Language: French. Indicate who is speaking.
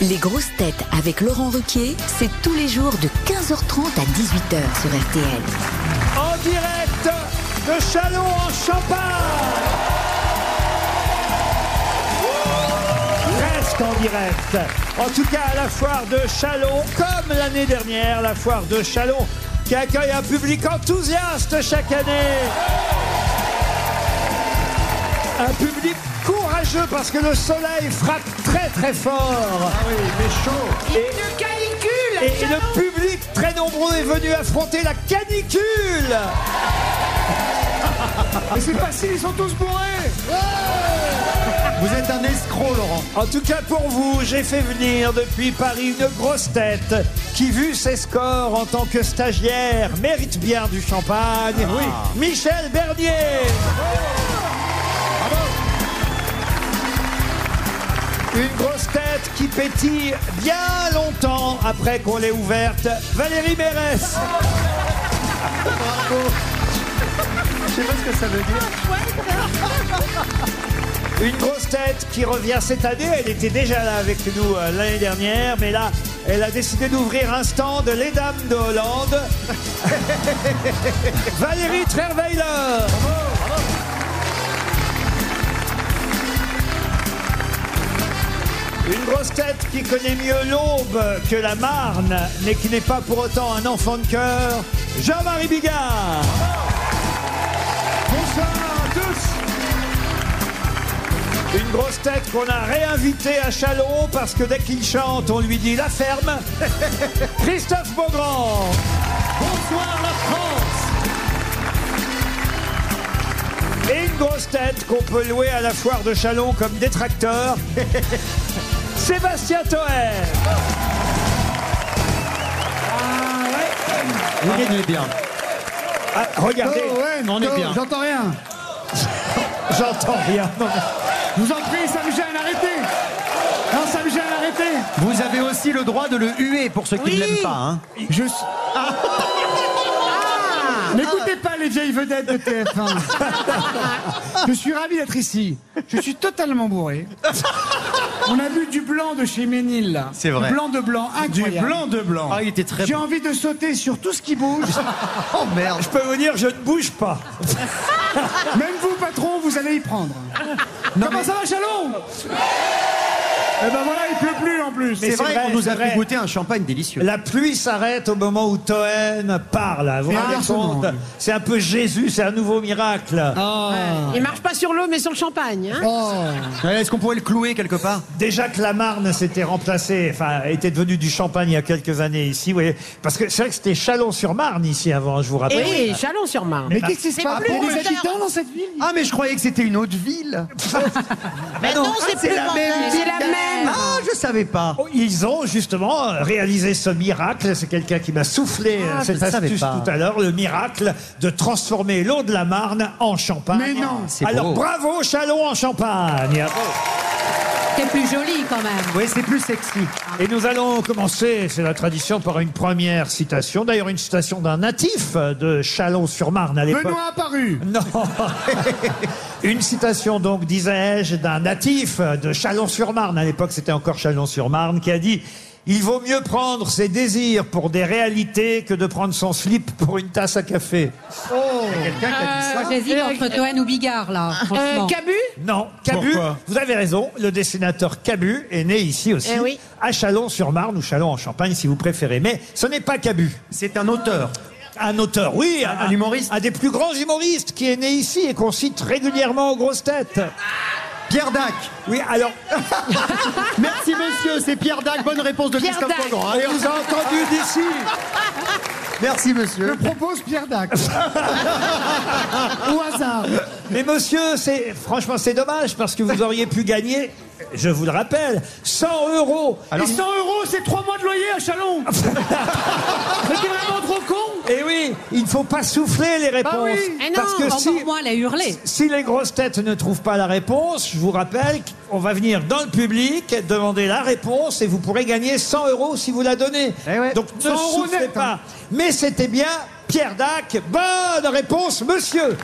Speaker 1: Les grosses têtes avec Laurent Ruquier, c'est tous les jours de 15h30 à 18h sur RTL.
Speaker 2: En direct de Chalon en Champagne. Presque en direct. En tout cas, à la foire de Chalon, comme l'année dernière, la foire de Chalon qui accueille un public enthousiaste chaque année. Un public courageux parce que le soleil frappe très très fort. Ah oui, il est chaud. Et, et le public très nombreux est venu affronter la canicule. Mais c'est facile, ils sont tous bourrés. Vous êtes un escroc, Laurent. En tout cas, pour vous, j'ai fait venir depuis Paris une grosse tête qui, vu ses scores en tant que stagiaire, mérite bien du champagne. Oui. Michel Bernier. Une grosse tête qui pétille bien longtemps après qu'on l'ait ouverte, Valérie Mérès. Je sais pas ce que ça veut dire. Une grosse tête qui revient cette année. Elle était déjà là avec nous euh, l'année dernière, mais là, elle a décidé d'ouvrir un stand Les Dames de Hollande. Valérie Trierweiler. Une grosse tête qui connaît mieux l'aube que la Marne, mais qui n'est pas pour autant un enfant de cœur, Jean-Marie Bigard. Bonsoir à tous. Une grosse tête qu'on a réinvitée à Chalon parce que dès qu'il chante, on lui dit la ferme. Christophe Beaugrand. Bonsoir la France. Et une grosse tête qu'on peut louer à la foire de Chalon comme détracteur. Sébastien Toer.
Speaker 3: Oui, on est bien.
Speaker 2: Ah, regardez.
Speaker 3: on est bien.
Speaker 4: J'entends rien.
Speaker 2: J'entends rien. non.
Speaker 4: Je vous en prie, ça me gêne, arrêtez. Non, ça me gêne, arrêtez.
Speaker 3: Vous avez aussi le droit de le huer pour ceux qui ne l'aiment pas. hein.
Speaker 4: Je... suis- Ah.
Speaker 3: Ah.
Speaker 4: N'écoutez pas les vieilles vedettes de TF1. Je suis ravi d'être ici. Je suis totalement bourré. On a vu du blanc de chez Ménil, là.
Speaker 3: C'est vrai.
Speaker 4: Du blanc de blanc, incroyable.
Speaker 3: de blanc. Ah, il était très
Speaker 4: J'ai
Speaker 3: bon.
Speaker 4: envie de sauter sur tout ce qui bouge.
Speaker 3: Oh merde.
Speaker 2: Je peux vous dire, je ne bouge pas.
Speaker 4: Même vous, patron, vous allez y prendre. Comment ça va, Chalon Eh ben voilà, il pleut plus en plus.
Speaker 2: Mais
Speaker 3: C'est vrai,
Speaker 2: c'est vrai,
Speaker 3: qu'on nous a
Speaker 2: c'est vrai.
Speaker 3: fait goûter un champagne délicieux.
Speaker 2: La pluie s'arrête au moment où Toen parle. hein, Vous vous
Speaker 3: Ah,
Speaker 4: Mais
Speaker 2: rendez
Speaker 4: inversement,
Speaker 2: compte
Speaker 4: oui.
Speaker 2: C'est un peu Jésus, c'est un nouveau miracle.
Speaker 3: Ah.
Speaker 5: Il marche pas sur l'eau, mais sur le champagne. hein.
Speaker 3: Ouais, Euh, Est-ce qu'on pourrait le clouer quelque part
Speaker 2: Déjà que la Marne s'était remplacée, enfin, était devenue du Champagne il y a quelques années ici, vous voyez. Parce que c'est vrai que c'était Chalon-sur-Marne ici avant, je vous rappelle.
Speaker 5: Et
Speaker 3: Eh
Speaker 5: Chalon-sur-Marne.
Speaker 4: Mais qu'est-ce qui se
Speaker 6: C'est
Speaker 4: passe
Speaker 6: plus
Speaker 4: Il y a des
Speaker 6: vendeur.
Speaker 4: habitants dans cette ville
Speaker 3: Ah, mais je croyais que c'était une autre ville. Ah
Speaker 6: Mais non, c'est plus
Speaker 3: la
Speaker 6: vendeur.
Speaker 3: même.
Speaker 5: Bah C'est la même.
Speaker 3: Ah, je savais pas.
Speaker 2: Oh, Ils ont justement euh, réalisé ce miracle. C'est quelqu'un qui m'a soufflé euh,
Speaker 3: Ah,
Speaker 2: cette
Speaker 3: je ne savais
Speaker 2: astuce
Speaker 3: pas.
Speaker 2: tout à l'heure, le miracle de transformer l'eau de la Marne en champagne.
Speaker 4: Mais non.
Speaker 3: C'est
Speaker 2: Alors
Speaker 3: beau.
Speaker 2: bravo Chalon en champagne.
Speaker 7: C'est plus joli quand même.
Speaker 3: Oui, c'est plus sexy.
Speaker 2: Et nous allons commencer, c'est la tradition, par une première citation. D'ailleurs, une citation d'un natif euh, de Chalon-sur-Marne à l'époque.
Speaker 4: Benoît apparu.
Speaker 2: Non. Une citation donc, disais-je, d'un natif de Chalon-sur-Marne, à l'époque c'était encore Chalon-sur-Marne, qui a dit Il vaut mieux prendre ses désirs pour des réalités que de prendre son slip pour une tasse à café.
Speaker 3: Quelqu'un qui a dit ça.
Speaker 7: J'hésite entre Toen ou Bigard là,
Speaker 5: Euh,
Speaker 7: franchement.
Speaker 5: Cabu
Speaker 2: Non, Cabu, vous avez raison, le dessinateur Cabu est né ici aussi,
Speaker 5: Eh oui.
Speaker 2: à Chalon-sur-Marne ou Chalon-en-Champagne si vous préférez. Mais ce n'est pas Cabu.
Speaker 3: C'est un auteur.
Speaker 2: Un auteur, oui,
Speaker 3: Un humoriste.
Speaker 2: un des plus grands humoristes qui est né ici et qu'on cite régulièrement aux grosses têtes.
Speaker 3: Pierre Dac.
Speaker 2: Oui, alors
Speaker 3: Merci monsieur, c'est Pierre Dac. Bonne réponse de
Speaker 5: Pierre
Speaker 3: Christophe
Speaker 5: Dac.
Speaker 3: Beaugrand.
Speaker 2: Et on vous a entendu d'ici.
Speaker 3: Merci
Speaker 4: Je
Speaker 3: monsieur.
Speaker 4: propose Pierre Dac. Au hasard.
Speaker 2: Mais monsieur, c'est franchement c'est dommage parce que vous auriez pu gagner, je vous le rappelle, 100 euros.
Speaker 4: Et 100 euros, c'est 3 mois de loyer à Chalon. Mais t'es vraiment trop con
Speaker 2: Et Eh oui, il ne faut pas souffler les réponses.
Speaker 4: Ah oui.
Speaker 5: Eh non,
Speaker 2: parce que
Speaker 7: Encore
Speaker 2: si,
Speaker 7: moins, elle a hurlé.
Speaker 2: si les grosses têtes ne trouvent pas la réponse, je vous rappelle qu'on va venir dans le public, demander la réponse et vous pourrez gagner 100 euros si vous la donnez.
Speaker 3: Eh ouais.
Speaker 2: Donc ne
Speaker 4: 100 euros
Speaker 2: soufflez
Speaker 4: net,
Speaker 2: pas. Mais c'était bien Pierre Dac. Bonne réponse, monsieur.